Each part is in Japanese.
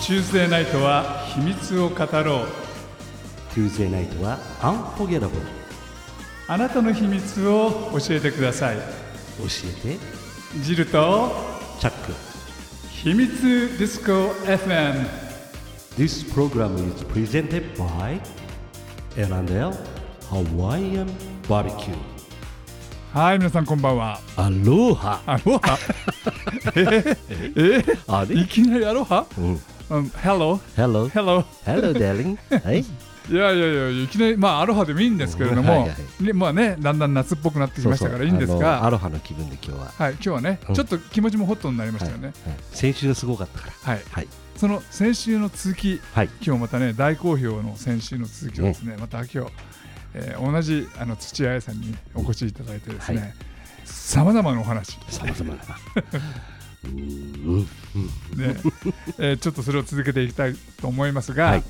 チューズデーナイトは秘密を語ろう Tuesday night は Unforgettable 教あなたの秘密を教えてくださいえてジルとチャック秘密ディスコ FM This program is presented by L&L Hawaiian Barbecue はい皆さんこんばんはアロハアロハええあれえいきなりアロハ、うんうん、Hello Hello Hello Hello darling はいいやいやいやいきなりまあアロハでもいいんですけれどはいも、はいはねまあねだんだん夏っぽくなってきましたからいいんですそうそうあのアがロハの気分で今日ははい今日はね、うんちょっと気持ちもホットになりましたよねはい先週がすごかったからはい、はいその先週の続きはい今日またね大好評の先週の続きをですねまた今日、えー同じあの土屋さんにお越しいただいてですはねさまざまなお話、さまざまなね えーちょっとそれを続けていきたいと思いますが、はい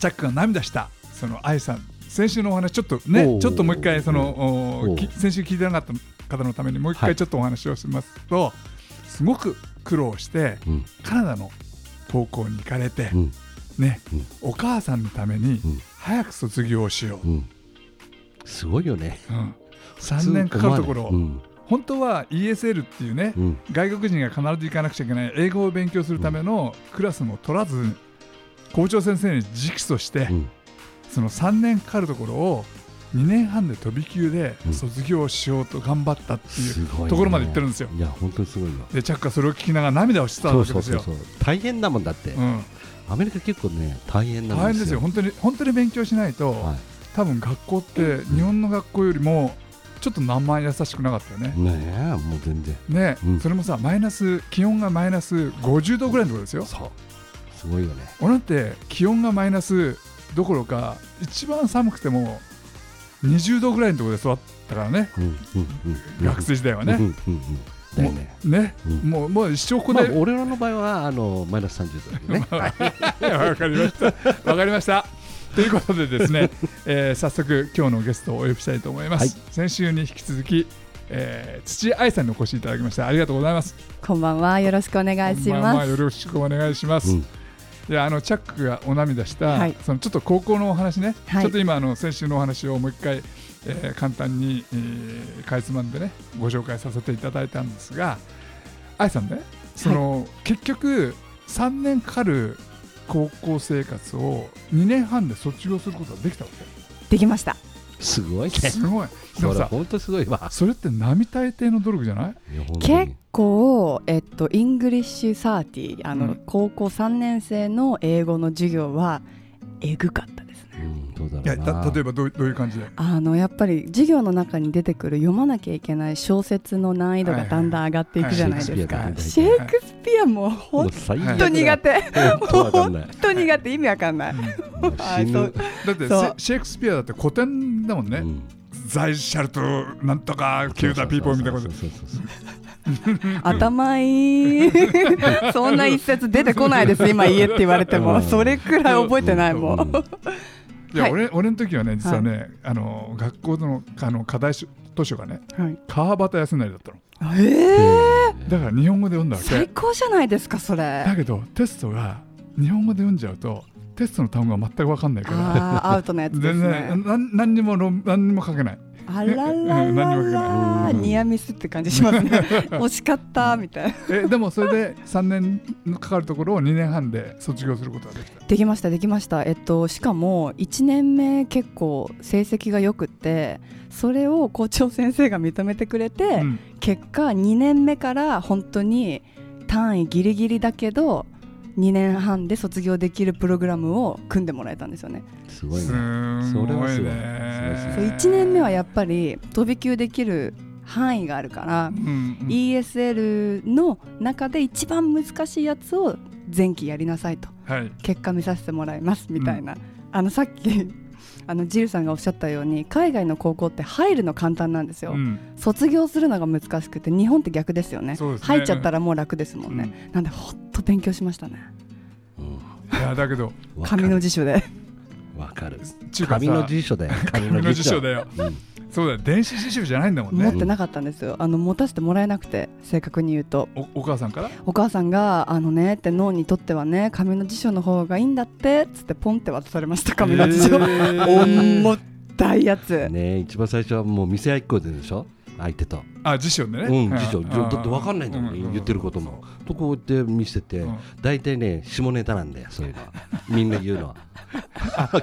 チャックが涙したその愛さん先週のお話ちょっとおねーちょっともう一回そのおーおーき先週聞いてなかった方のためにもう一は回いちょっとお話をしますと、すごく苦労してうんカナダの高校に行かれて、うんね、うんお母さんのためにうん早く卒業をしよう、うんすごいよねうん3年かかるところ、うん本当は ESL っていうね、うん外国人が必ず行かなくちゃいけない英語を勉強するためのクラスも取らず、校長先生に直訴して、うんその3年かかるところを2年半で飛び級でうん卒業しようと頑張ったっていすうごいねところまで行ってるんですよ。いや本当にすごいよでチャックはそれを聞きながら涙をしてたそわうけそでうすそうよそ。う大変だもんだってうんアメリカ結構ね大変な大変んでですよすよ本当に本当に勉強しないと、は多分学校って日本の学校よりもちょっと何万優しくなかったよねい。ねえもう全然ね、うんそれもさマイナス気温がマイナス50度ぐらいのところですよ。そうすごいよね俺なんて気温がマイナスどころか一番寒くても20度ぐらいのところで育ったからね、うんうんうん学生時代はねうん。うんうんだよねね、うんもうもう一生ここまあで、俺らの場合はあのマイナス30度だ よねはいわかりました。わかりました。ということでです ね、えー早速今日のゲストをお呼びしたいと思います。はい先週に引き続き、えー、土屋愛さんにお越しいただきました。ありがとうございます。こんばんは。よろしくお願いこしんばんまはす。よろしくお願いします。うんいやあのチャックがお涙した、はいそのちょっと高校のお話ね、はいちょっと今あの先週のお話をもう一回、えー簡単に、えーかいつまんでねご紹介させていただいたんですが愛さんねその、結局3年かかる高校生活を2年半で卒業することができたわできました。すごい ねけすごいでそもれさ本当すごいわそれって並大抵の努力じゃないいや本当に結構えっとイングリッシュサーティあの、うん高校三年生の英語の授業はえぐかったですね。うんどうだいろやうなた例えばどうどういう感じであのやっぱり授業の中に出てくる読まなきゃいけない小説の難易度がだんだん上がっていくじゃないですはかい。はいシェイクスピアもも本う最悪だ当苦手。本当わかんない本当苦手意味わかんない。もう死はぬいだってそうシェイクスピアだって古典だもんね、うんザイシャルとなんとかキュータピーポーみたいなことそうそうそうそう頭いいそんな一節出てこないです今言えって言われてうもんそれくらい覚えてないもんうんいや、はい俺俺の時はね実はね、あの学校のあの課題書図書がねはい、川端康成だったのええだから日本語で読んだわ最け高じゃないですかそれだけどテストが日本語で読んじゃうとテストの単語が全く分かんないからあーアウトなやつ全ですね然なん何にも論何にも書けないあららうん何にも書けらないらニアミスって感じしますね惜しかったみたいなえでもそれで3年かかるところを2年半で卒業すること ができたできましたできましたえっとしかも1年目結構成績が良くってそれを校長先生が認めてくれて、うん結果2年目から本当に単位ギリギリだけど2年半で卒業できるプログラムを組んでもらえたんですよね、すごいすねーんそれごはいすごいねそう1年目はやっぱり飛び級できる範囲があるから、うんうん ESL の中で一番難しいやつを前期やりなさいとはい結果見させてもらいますみたいな、あのさっき あのジルさんがおっしゃったように海外の高校って入るの簡単なんですよ、うん卒業するのが難しくて日本って逆ですよねそうですね入っちゃったらもう楽ですもうんね、んなんでほっと勉強しましたねうんいやだけどわか紙のる辞書でわかる中華紙のさ辞書だよ紙の辞書だようんそうだよ電子刺繍じゃないんだもん持っねてなかったんですよあの持たせてもらえなくて正確に言うとおお母さんからお母さんが「あのね」って脳にとってはね紙の辞書の方がいいんだってつってポンって渡されました紙の辞書、重たいやつ、ねえ一番最初はもう店合いっこででしょ相手と、あ辞書ねうん辞書だって分かんないんだもん、ね言ってることもとこうやって見せて、うん大体ね下ネタなんだよそういうのはみんな言うのは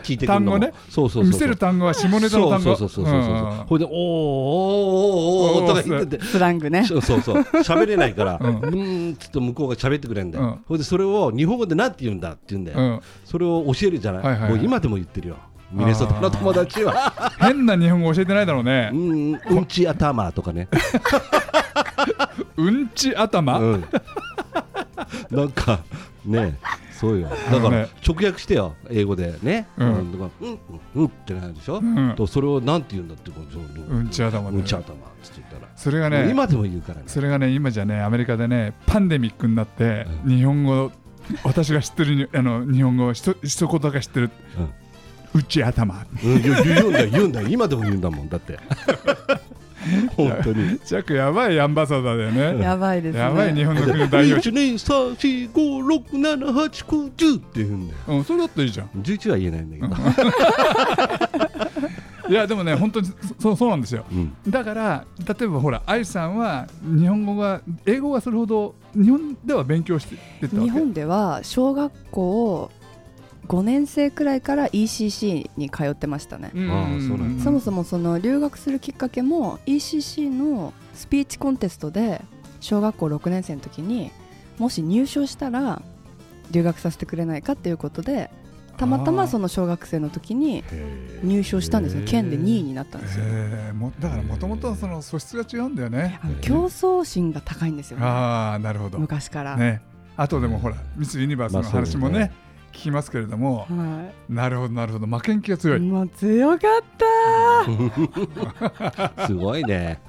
聞いてくる単の語も、ねそうそうそうそう見せる単語は下ネタの単語そうそうそうそうそうそう、うんほいでおーおーおーおーおーとか言っててスラングねそうそうそう喋れないから、ううんーんちょっと向こうが喋ってくれんだよ、うんほいでそれを日本語でなんて言うんだって言うんだよ、うんそれを教えるじゃない,、はいはいはいもう今でも言ってるよミネソタの友達は変な日本語教えてないだろううねんうんち頭とかね、うんち頭、うん、なんかねそうよだあかのらね直訳してよ英語でねううんんうんうんってなるでしょ、うんとそれをなんて言うんだってこうそううんち頭ねうんち頭つって言ったらそれがね今でも言うからねそれがね今じゃねアメリカでねパンデミックになって、う日本語私が知ってるにあの日本語をひと一言だけ知ってる、うち頭うん、言う言うんだよ言うんだよ今でも言うんだもんだって 本当にジャックやばいアンバサダーだよねやばいですねやばい日本の国の代表1 2 3 4 5 6 7 8 9 10って言うんだようん、それだったらいいじゃん11は言えないんだけど、いやでもね本当にそそうなんですようんだから例えばほら愛さんは日本語が英語がそれほど日本では勉強してってたわけ日本では小学校5年生くらいから ECC に通ってましたね、うんああそうなんそもそもその留学するきっかけも ECC のスピーチコンテストで小学校6年生の時にもし入賞したら留学させてくれないかっていうことでたまたまその小学生の時に入賞したんですよ県で2位になったんですよえーもだからもともとその素質が違うんだよねあの競争心が高いんですよねああなるほど昔から、ねあとでもほらミス・ユニバースの話もね,、まあそう聞きますけれどもはなるほどなるほど負けん気が強い、いもう強かったすごいね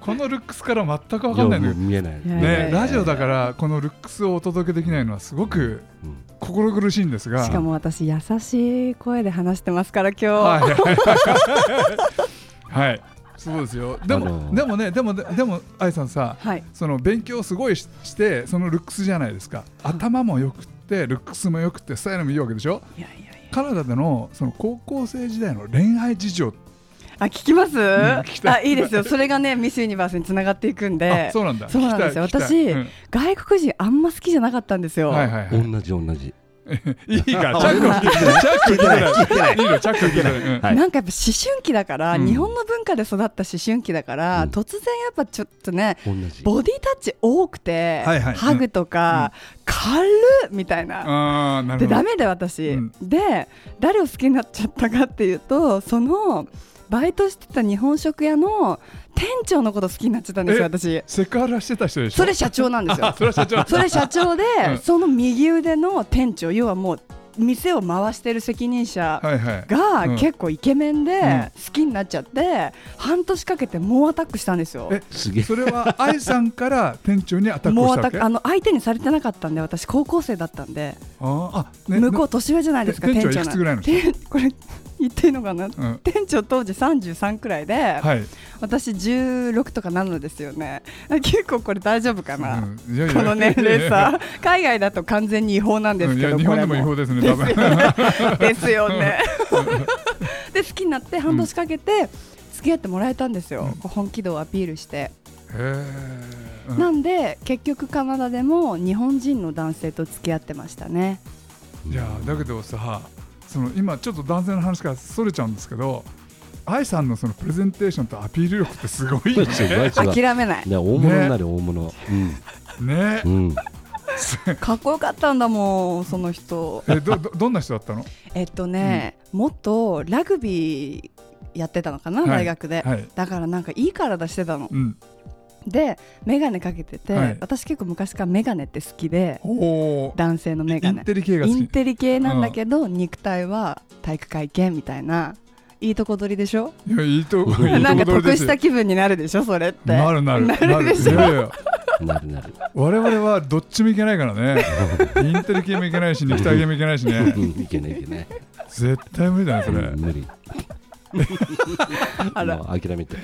このルックスから全く分かんないんだやけもう見えないどいやいやいやねラジオだからこのルックスをお届けできないのはすごくうん心苦しいんですがしかも私優しい声で話してますから今日、はいはいはいはいそうですよであのもーでもねでもでも愛さんさはいその勉強をすごいししてそのルックスじゃないですか頭もよくってルックスもよくってスタイルもいいわけでしょいやいやいやカナダでのその高校生時代の恋愛事情、あ聞きます、聞きたいあいいですよそれがねミスユニバースにつながっていくんであそうなんだそうなんですよ聞きたい聞きたい外国人あんま好きじゃなかったんですよ、うんはいはいはい同じ同じ いいから、チャックを聞いてない。チャックを聞いてない。いいよ、チャックを聞いてない。うんはいなんかやっぱ思春期だから、うん日本の文化で育った思春期だから、うん突然やっぱちょっとね同じボディタッチ多くて、はいはいハグとか、軽っみたいな、ああ、なるでほどダ。メで私、うんで誰を好きになっちゃったかっていうとそのバイトしてた日本食屋の店長のこと好きになっちゃったんですよえ私セクハラしてた人でしょそれ社長なんですよあそれ社長。それ社長で、うんその右腕の店長要はもう店を回してる責任者はいはい。がうん結構イケメンでうん好きになっちゃって、半年かけて猛アタックしたんですよえすげえそれは愛さんから店長にアタックを猛しアたタわッけクあの相手にされてなかったんで私高校生だったんであーあね向こう年上じゃないですか、え店店長長いくつぐらいの人店 これ言っていいのかな、うん店長当時33くらいで、はい。私16とか7ですよね 結構これ大丈夫かな、うんいやいやこの年齢差海外だと完全に違法なんですうんいけど、や日こ本れでも違法ですね、で多すよ分。ねですよねで好きになって半年かけて付き合ってもらえたんですよ、うんこう本気度をアピールして、へえ。うんなんで結局カナダでも日本人の男性と付き合ってましたねいやーだけどさその今ちょっと男性の話からそれちゃうんですけど愛さんのそのプレゼンテーションとアピール力ってすごいよすごいすごい諦めないね大物になるよ大物ねう。んうんかっこよかったんだもんその人えどどどんな人だったの？えっとね、元ラグビーやってたのかな、はい大学で、はい。だからなんかいい体してたのうん。で眼鏡かけてて、はい私結構昔から眼鏡って好きでおお。男性のイ眼ン鏡テリ系が好インき。テリ系なんだけど、肉体は体育会系みたいないいとこ取りでしょいやいいとこ。いいとこなんか取り得ですした気分になるでしょそれってなるなるなるでしょなるいやいやなるなる我々はどっちもいけないからね。インテリ系もいけないし、肉体系もいけないしねう。んいけないいけない 絶対無理だね、それ。うん無理あらまあ、諦めて。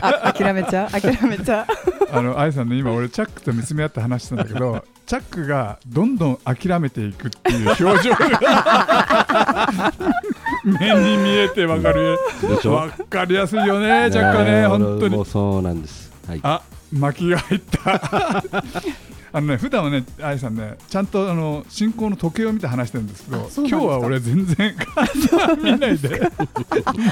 あ諦めちゃう諦めちゃうあの愛さんね今俺チャックと見つめ合って話してたんだけどチャックがどんどん諦めていくっていう表情が 目に見えてわかるでしょわかりやすいよねチャックはね本当もにうそうなんです。はい。あ巻きが入った あのね普段はね愛さんねちゃんとあの進行の時計を見て話してるんですけどあそう今なんです日かは俺全然 見ない でも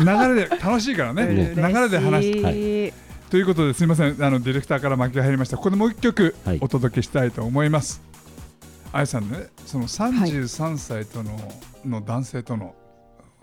う流れで楽しいからねね流れで話してはしということですみませんあのディレクターから巻きが入りましたここでもう一曲はいお届けしたいと思います、あやさんねそのい33歳との,、の男性との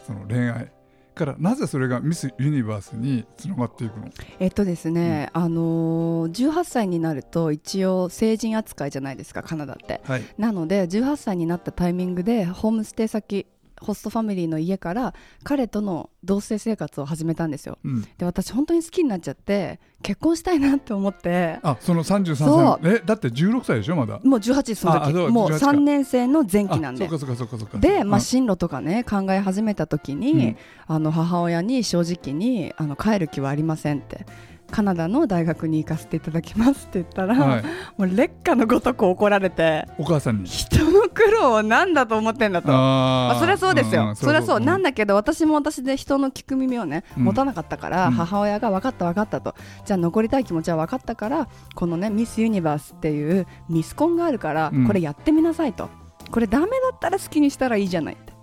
その恋愛からなぜそれがミス・ユニバースにつながっていくのえっとですね、あのー18歳になると一応成人扱いじゃないですかカナダってはいなので18歳になったタイミングでホームステイ先ホストファミリーの家から彼との同棲生活を始めたんですようん、で私本当に好きになっちゃって結婚したいなって思ってあそのそ33歳えだって16歳でしょまだもう18ですそのああ時そうもう18か3年生の前あ期なんそでうかそうかそうかそうかで、まうあ、ん進路とかね考え始めた時に、うんあの母親に正直にあの帰る気はありませんってカナダの大学に行かせていただきますって言ったら、はい、もう劣化のごとく怒られてお母さんに人の苦労を何だと思ってんだと。あまあ、そりゃそうですよ、そりゃそう、なんだだけど私も私で人の聞く耳をね、うん持たなかったから、うん母親が分かった分かったとじゃあ残りたい気持ちは分かったからこのねミス・ユニバースっていうミスコンがあるから、うんこれやってみなさいとこれダメだったら好きにしたらいいじゃないって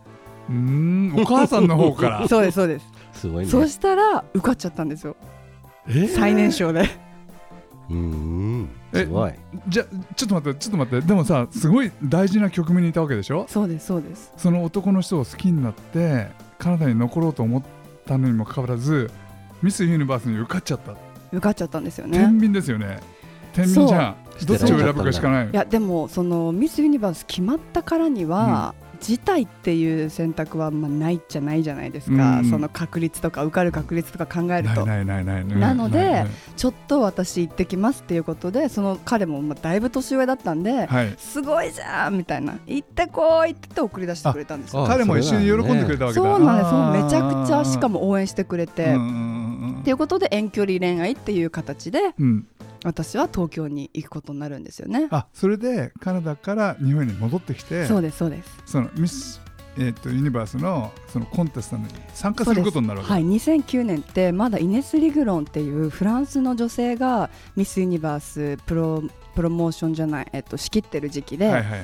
うーんお母さんの方から そうですそうです、すごいね。そしたら受かっちゃったんですよえ最年 少でうーん。えすごい。じゃちょっと待ってちょっと待ってでもさすごい大事な局面にいたわけでしょそうですそうですその男の人を好きになってカナダに残ろうと思ったのにもかかわらずミス・ユニバースに受かっちゃった、受かっちゃったんですよ天ね秤ですよね天秤じゃんどっちを選ぶかしかないいやでもそのミス・ユニバース決まったからには、辞退っていう選択はまあないじゃないじゃないですか、うんその確率とか受かる確率とか考えるなといないないないないなのでいいちょっと私行ってきますっていうことでその彼もまあだいぶ年上だったんで、はいすごいじゃんみたいな行ってこいって言って送り出してくれたんですよあ彼も一緒に喜んでくれたわけだそうなんですもうあーめちゃくちゃしかも応援してくれうて、んうっんていうことで遠距離恋愛っていう形でうんうん私は東京に行くことになるんですよねあそれでカナダから日本に戻ってきてそうですそうですそのミス、えー、とユニバースのそのコンテストに参加すそうでるすことになるわけはい2009年ってまだイネス・リグロンっていうフランスの女性がミス・ユニバースプロプロモーションじゃない、えっと、仕切ってる時期で、はいはいはい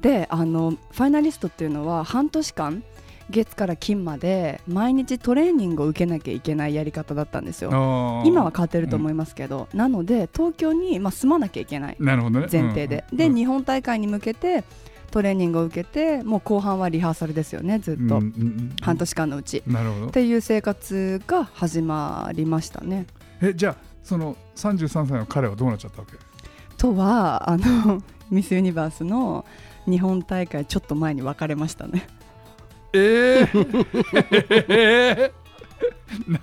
であのファイナリストっていうのは半年間月から金まで毎日トレーニングを受けなきゃいけないやり方だったんですよあー今は変わってると思いますけど、なので東京に、まあ、住まなきゃいけないなるほどね前提で、うんで、うん日本大会に向けてトレーニングを受けてもう後半はリハーサルですよねずっと、うんうんうん半年間のうち、なるほどっていう生活が始まりましたねえじゃあその33歳の彼はどうなっちゃったわけ とはあの ミス・ユニバースの日本大会ちょっと前に別れましたね ええ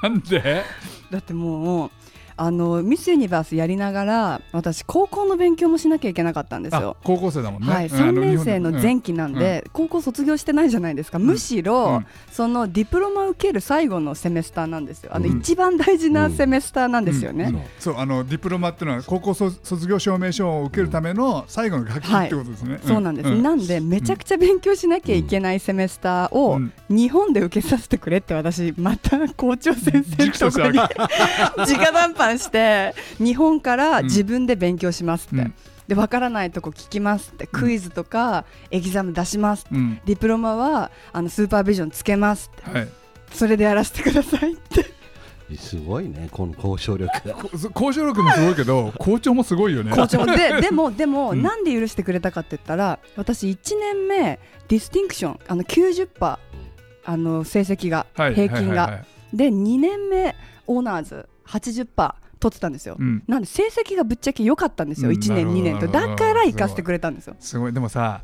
なんでだってもうあのミス・ユニバースやりながら私高校の勉強もしなきゃいけなかったんですあよ。高校生だもんね、はい、3年生の前期なんで、高校卒業してないじゃないですか、むしうろ、んそのディプロマ受ける最後のセメスターなんですよあのうん一番大事なセメスターなんですよね、うんそうそうあのディプロマっていうのは高校卒卒業証明書を受けるための最後の学期ってことですね、そうなんです、なんでめちゃくちゃ勉強しなきゃいけないセメスターうをん日本で受けさせてくれって私また校長先生塾ととしてかあにげ 直談判して日本から自分で勉強しますって、うんで分からないとこ聞きますってクイズとかエキザム出しますうんディプロマはあのスーパービジョンつけますってはい、それでやらせてくださいってすごいね、この交渉力が。こそ交渉力もすごいけど校長もすごいよね校 長ででもでも、うんなんで許してくれたかって言ったら私1年目ディスティンクションあの90%あの成績が、はい平はい均が、はいはいで2年目オーナーズ80%取ってたんですよ、うん、なんで成績がぶっちゃけ良かったんですよ、うん1年なるほど2年となるほだどから行かせてくれたんですよすごいでもさ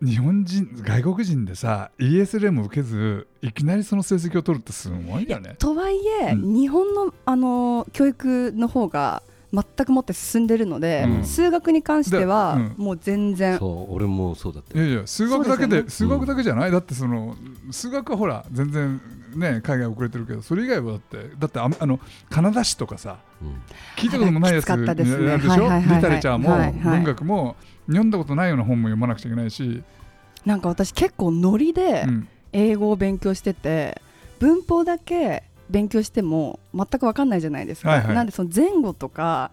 日本人外国人でさ ESLM 受けずいきなりその成績を取るってすごいよねとはいえ、うん日本のあの教育の方が全くもって進んでるので、うん数学に関しては、でうんもう全然そう、俺もそうだっいたよ。やいや数学だけそうですでよね数学だけじゃない、だってその数学はほら全然ね、海外遅れてるけどそれ以外はだってだってああのカナダ市とかさうん聞いたこともないやつあやらきつかったるでですねしょ、はいはいはいはいリタレチャーも、はいはい文学も読んだことないような本も読まなくちゃいけないし、なんか私結構ノリでうん英語を勉強してて文法だけ勉強しても全く分かんないじゃないですか、はいはいなんでその前後とか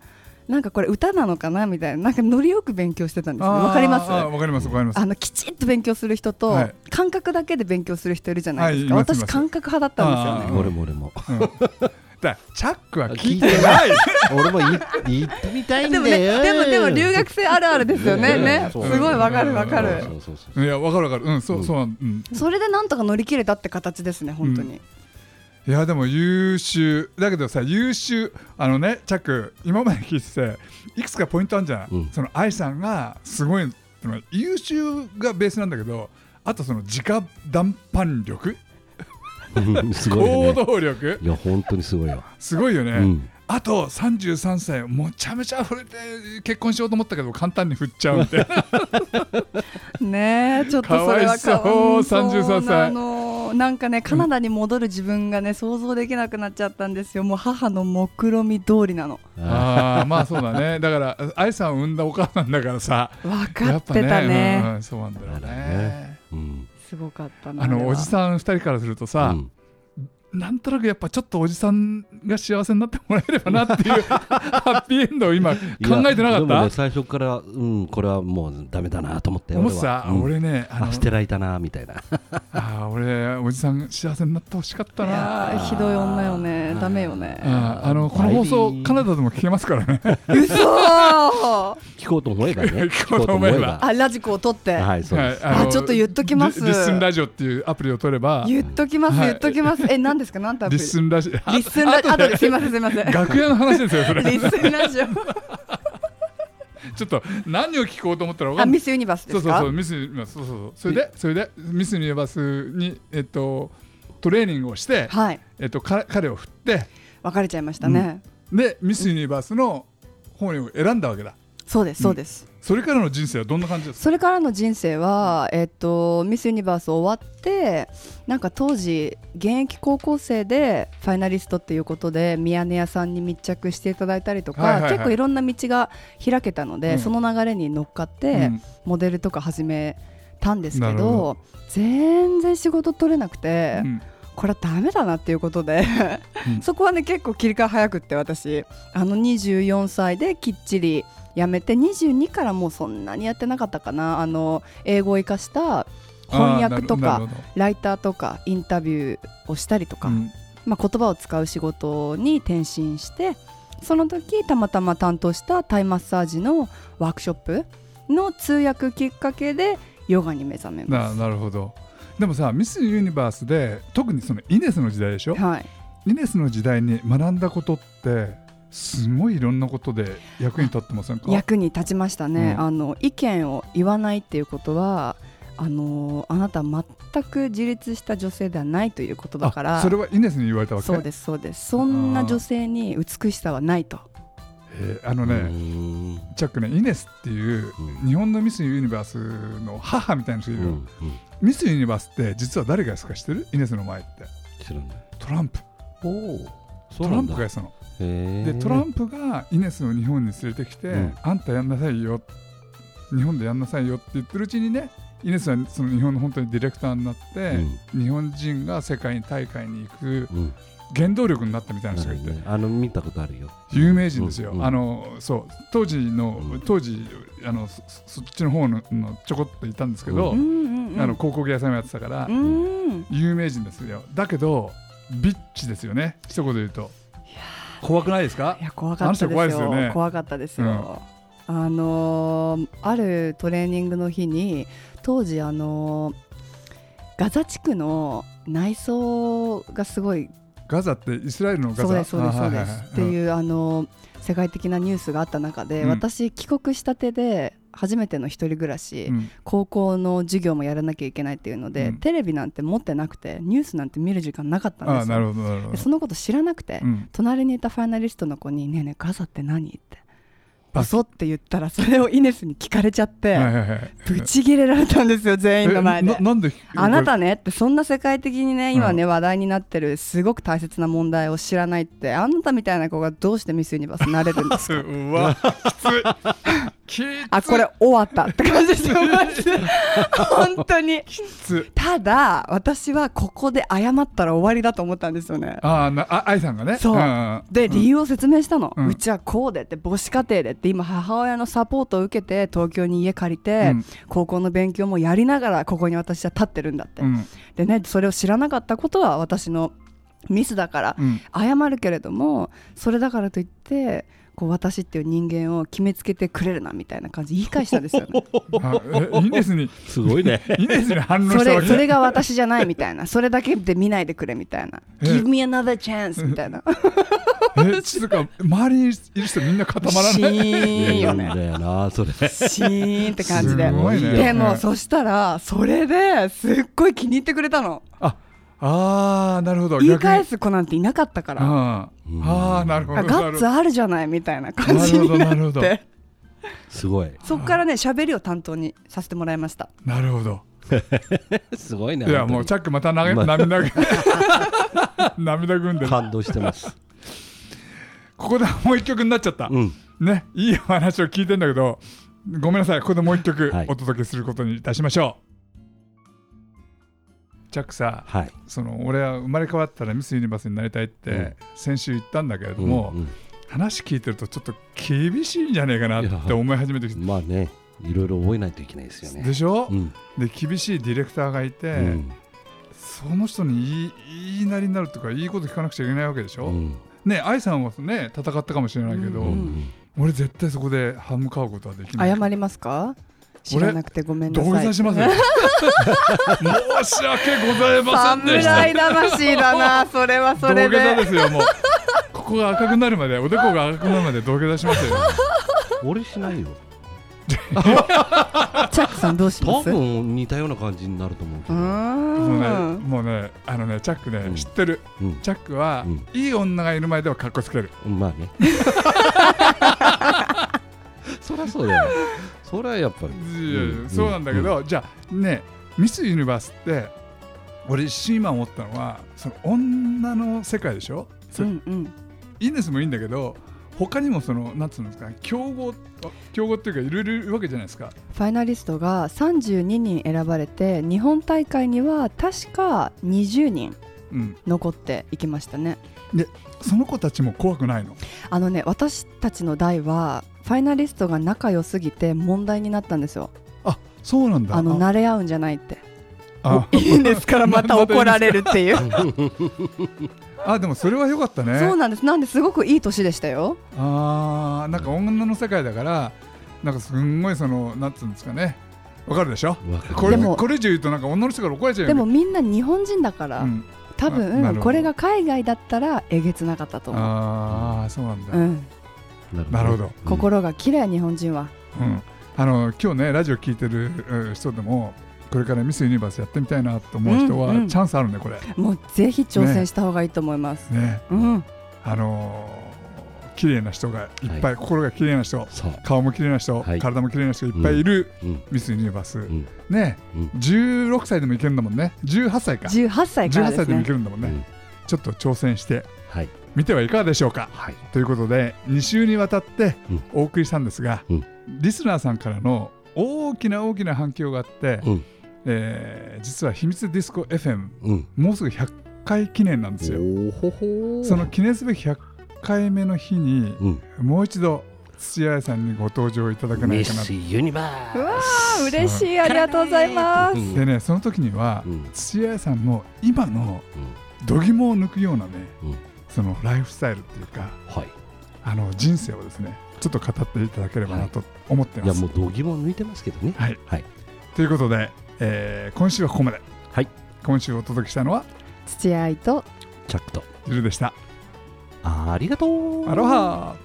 なんかこれ歌なのかなみたいななんかノリよく勉強してたんですよわかりますあーわかりますわかりますあのきちっと勉強する人と、はい感覚だけで勉強する人いるじゃないですか、はいいますい私ます感覚派だったんですよねあ俺も俺もうんだからチャックは聞い聞いててない俺もい行ってみたいんだでよもねでもでも留学生あるあるですよねねすそうごいわかるわかうんるそうそうそ ういやわかるわかるうんそう、そうなんうんそれでなんとか乗り切れたって形ですね本当に、いやでも優秀だけどさ優秀あのねチャック今まで聞いてていくつかポイントあるじゃん、うんその愛さんがすごいその優秀がベースなんだけどあとその直談判力、そううんすごい行よね動力いや本当にすごいよすごいよね、うんあと33歳もちゃめちゃ溢れて結婚しようと思ったけど簡単に振っちゃうみたい なねえちょっとそれかわいはそううん33歳そうなのなんかねカナダに戻る自分がね想像できなくなっちゃったんですよもう母の目論見通りなのああーまあそうだねだから愛さんを産んだお母さんだからさ分かやっってぱたねうんうんそうなんだよだねねーうんすごかったなあれのはおじさん2人からするとさ、うんなんとなくやっぱちょっとおじさんが幸せになってもらえればなっていう ハッピーエンドを今考えてないやかっでもたね最初からうんこれはもうダメだなと思って思ってた俺はうん俺ねあのあしてらいたなみたいな あー俺おじさん幸せになってほしかったいやーなひどい女よねダメよねあーあのこの放バイビ送ーカナダでも聞けますからね嘘聞こうと思えばね 聞こうと思えばあラジコを撮って、はいそうはでいすあのあちょっと言っときますリリッスンラジオっていうアプリを取ればリ言っときます、はい言っときますえ何ですか何たッスンラジオリッスンラジオ後ですいませんすい ません楽屋の話ですよそれリッスンラジ オちょっと何を聞こうと思ったら分あかんないミスユニバースでそうすそうかそうミスユニバースそうそうそうそれでそれでミスユニバースにえっとトレーニングをして、はいえっと、か彼を振って別れちゃいましたね、でミスユニバースの本を選んだわけだそうですそうです、それからの人生はどんな感じですかそれからの人生は、えっと、ミス・ユニバース終わってなんか当時現役高校生でファイナリストっていうことでミヤネ屋さんに密着していただいたりとか、はいはいはい結構いろんな道が開けたので、うんその流れに乗っかって、うんモデルとか始めたんですけなどるほど全然仕事取れなくて、うんこれはダメだなっていうことで、うんそこはね結構切り替え早くって私あの24歳できっちり辞めて22からもうそんなにやってなかったかなあの英語を生かした翻訳とあーなるかほどなるライターとかインタビューをしたりとほか、どうんまあ、言葉を使う仕事に転身してその時たまたま担当したタイマッサージのワークショップの通訳きっかけでヨガに目覚めまなす。なるほどでもさミスユニバースで特にそのイネスの時代でしょはい、イネスの時代に学んだことってすごいいろんなことで役に立ってませんか役に立ちましたね、うんあの意見を言わないっていうことはあのあなたは全く自立した女性ではないということだからあそれはイネスに言われたわけそうですそうですそんな女性に美しさはないとえーあのね、うんチャックねイネスっていううん日本のミスユニバースの母みたいな人いるうよ、んうんミスユニバースって実は誰がやすか知ってるイネスの前って知らないトランプおおそトうなラんンプだがやってたのへでートランプがイネスを日本に連れてきて、うんあんたやんなさいよ日本でやんなさいよって言ってるうちにねイネスはその日本の本当にディレクターになって、日本人が世界大会に行くうんうん原動力になったみたいなな人がいるほて、どねあの見たことあるよ有名人ですよ、うんうんあのそう当時の、うん当時あのそそっちの方ののちょこっといたんですけど、ううんうんうんあの広告屋さんもやってたから、うん有名人ですよだけどビッチですよね一言で言うと怖くないですかいや怖かったですよあの人怖いですよね怖かったですよ、あのーあるトレーニングの日に当時あのーガザ地区の内装がすごいガザってイスラエルのガザそうですそうですそうです、ってういうあの世界的なニュースがあった中で、うん私帰国したてで初めての一人暮らし、高校の授業もやらなきゃいけないっていうので、うんテレビなんて持ってなくてニュースなんて見る時間なかったんあであすなよるほどなるほでどそのこと知らなくて、うん隣にいたファイナリストの子に「ねえねえガザって何?」って嘘って言ったらそれをイネスに聞かれちゃってはいはいはいぶち切れられたんですよ全員の前えでな。なんであなたねってそんな世界的にね今ね話題になってるすごく大切な問題を知らないってあなたみたいな子がどうしてミスユニバースになれるんですかうわきついきあこれ終わったって感じします本当につただ私はここで謝ったら終わりだと思ったんですよねあーなあ愛さんがねそうんんんで理由を説明したの、ううんちはこうでって母子家庭でって今母親のサポートを受けて東京に家借りうて、ん高校の勉強もやりながらここに私は立ってるんだって、うんでねそれを知らなかったことは私のミスだから うん謝るけれどもそれだからといってこう私っていう人間を決めつけてくれるなみたいな感じで言い返したんですよね あえイネ スにすごいね。イネスに反応そしたわれけそれが私じゃないみたいなそれだけで見ないでくれみたいなえ Give me another chance みたい なえ静か周りにいる人みんな固まらシないーンよいやねいいんだよな、それ。シーンって感じですごいねでも、うんそしたらそれですっごい気に入ってくれたのああーなるほど言い返逆にす子なんていなかったからあうんーあーなるほどあなるほガどッツあるじゃないみたいな感じになるほなっどなるてすごい。そこからね喋りを担当にさせてもらいましたなるほどすごいね。いやもう本チャックまた投げまあ涙ぐ 涙ぐんで当にる感動してます。ここで もう一曲になっちゃったうん。ねいいお話を聞いてんだけどごめんなさいここでもう一曲はいお届けすることにいたしましょう、チャックさはい。その俺は生まれ変わったらミスユニバースになりたいっうてん先週言ったんだけれどんも、ん話聞いてるとちょっと厳しいんじゃねえかなって思い始めてきて、まあね、いろいろ覚えないといけないですよね。でしょ、うん。で厳しいディレクターがいて、うんその人に言い言いなりになるとかいいこと聞かなくちゃいけないわけでしょ、うんね愛さんはね戦ったかもしれないけど、うん俺絶対そこで歯向かうことはできない謝りますか知らなくてごめんな土下さい座しますよ申し訳ございませんでした侍魂だなそれはそ土れ下座でですよもうここが赤くなるまでおでこが赤くなるまで土下座しますよ俺しないよ。チャックさんどうしま多すう分似たような感じになると思うけーど。もうねんもうねあのねチャックね、うん知ってるうんチャックは、うんいい女がいる前ではかっこつけるうん。ま あね。そりゃそうだよ。それはやっぱり。いやいやそうなんだけど、じゃあねミスユニバースって俺一瞬今思ったのはその女の世界でしょ、うそんうんイネスもいいんだけど他にもそのなんつうんですか競合あ競合っていうかいろいろいるわけじゃないですかファイナリストが32人選ばれて日本大会には確か20人うん残っていきましたねその子たちも怖くないのあのね私たちの代はファイナリストが仲良すぎて問題になったんですよあそうなんだあの慣れ合うんじゃないってあいいんですからまた怒られるっていうああでもそれは良かったねそうなんですなんですごくいい年でしたよあーなんか女の世界だからなんかすんごいそのなんつうんですかねわかるでしょうん。わかるこれでもこれ以上言うとなんか女の人から怒られちゃうよでねもみんな日本人だから、うん、多あなるほ分どこれが海外だったらえげつなかったと思う、ああそうなんだ、うん、なるほど、。心が綺麗日本人はうん、あの今日ねラジオ聞いてるうん人でもこれからミスユニバースやってみたいなと思う人は、うんうんチャンスあるねこれもうぜひ挑戦した方がいいと思います、ねうんあのー綺麗な人がいっぱい、は心が綺麗な人そう。顔も綺麗な人、はい体も綺麗な人いっぱいいる、うん。ミスユニバース、んね、うん16歳でもいけるんだもんね18歳か18歳から18です歳でもいねけるんだもんね、うんちょっと挑戦してはい。みてはいかがでしょうかはい。ということで2週にわたってうんお送りしたんですが、うんリスナーさんからの大きな大きな反響があって、うんえー実は秘密ディスコ FM うん。もうすぐ100回記念なんですよおほほその記念すべき100回目の日にうん。もう一度土屋さんにご登場いただけないミかなスユニバうわーー嬉しいありがとうございまス。うすんでねその時には、うん土屋さんの今の度肝を抜くようなね、うんそのライフスタイルっていうかはい。あの人生をですねちょっと語っていただければなと思っていまやす。もう度肝抜いてますけどね。はい、はいということで、えー今週はここまで、はい、今週お届けしたのは土屋愛とチャックとジルでしたありがとう。アロハ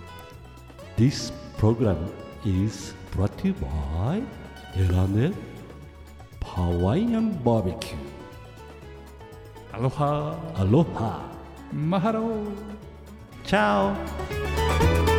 This program is brought to you by エラネハワイアンバーベキュアロハーアロハマハローチャオ